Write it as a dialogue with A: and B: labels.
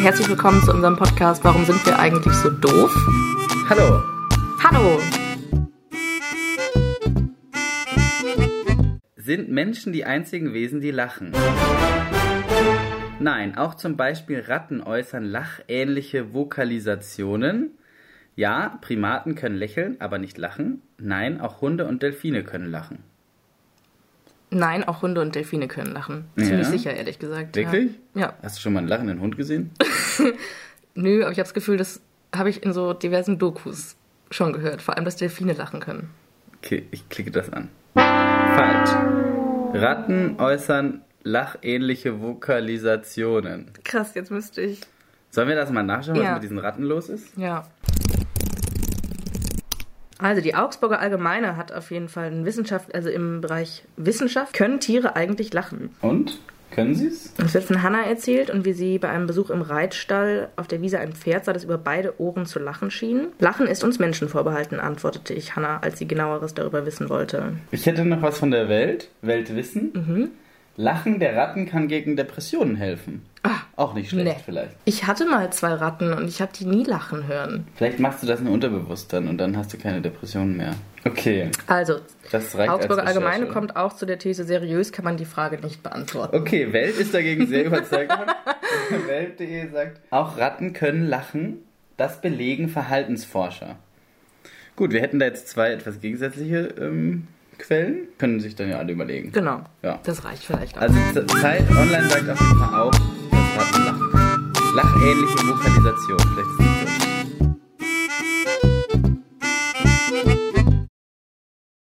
A: herzlich willkommen zu unserem Podcast Warum sind wir eigentlich so doof?
B: Hallo.
A: Hallo!
B: Sind Menschen die einzigen Wesen, die lachen? Nein, auch zum Beispiel Ratten äußern lachähnliche Vokalisationen. Ja, Primaten können lächeln, aber nicht lachen. Nein, auch Hunde und Delfine können lachen.
A: Nein, auch Hunde und Delfine können lachen. Ziemlich
B: Ja?
A: sicher, ehrlich gesagt.
B: Wirklich?
A: Ja. ja.
B: Hast du schon mal einen lachenden Hund gesehen?
A: Nö, aber ich habe das Gefühl, das habe ich in so diversen Dokus schon gehört. Vor allem, dass Delfine lachen können.
B: Okay, ich klicke das an. Falsch. Ratten äußern lachähnliche Vokalisationen.
A: Krass, jetzt müsste ich.
B: Sollen wir das mal nachschauen,
A: Ja.
B: was mit diesen Ratten los ist?
A: Ja. Also die Augsburger Allgemeine hat auf jeden Fall in Wissenschaft, also im Bereich Wissenschaft, können Tiere eigentlich lachen.
B: Und? Können sie's?
A: Es wird von Hannah erzählt und wie sie bei einem Besuch im Reitstall auf der Wiese ein Pferd sah, das über beide Ohren zu lachen schien. Lachen ist uns Menschen vorbehalten, antwortete ich Hannah, als sie genaueres darüber wissen wollte.
B: Ich hätte noch was von der Welt, Weltwissen.
A: Mhm.
B: Lachen der Ratten kann gegen Depressionen helfen. Auch nicht schlecht
A: Ah. nee.
B: vielleicht.
A: Ich hatte mal zwei Ratten und ich habe die nie lachen hören.
B: Vielleicht machst du das nur unterbewusst dann und dann hast du keine Depressionen mehr. Okay,
A: Also,
B: das reicht
A: Augsburger
B: als Recherche.
A: Allgemeine kommt auch zu der These, seriös kann man die Frage nicht beantworten.
B: Okay, Welt ist dagegen sehr überzeugt. Welt.de sagt, auch Ratten können lachen, das belegen Verhaltensforscher. Gut, wir hätten da jetzt zwei etwas gegensätzliche ähm, Quellen. Können sich dann ja alle überlegen.
A: Genau.
B: Ja.
A: Das reicht vielleicht auch.
B: Also Z- Zeit Online sagt auf jeden Fall auch, dass Ratten lachen können. Lachähnliche Vokalisation. Vielleicht ist das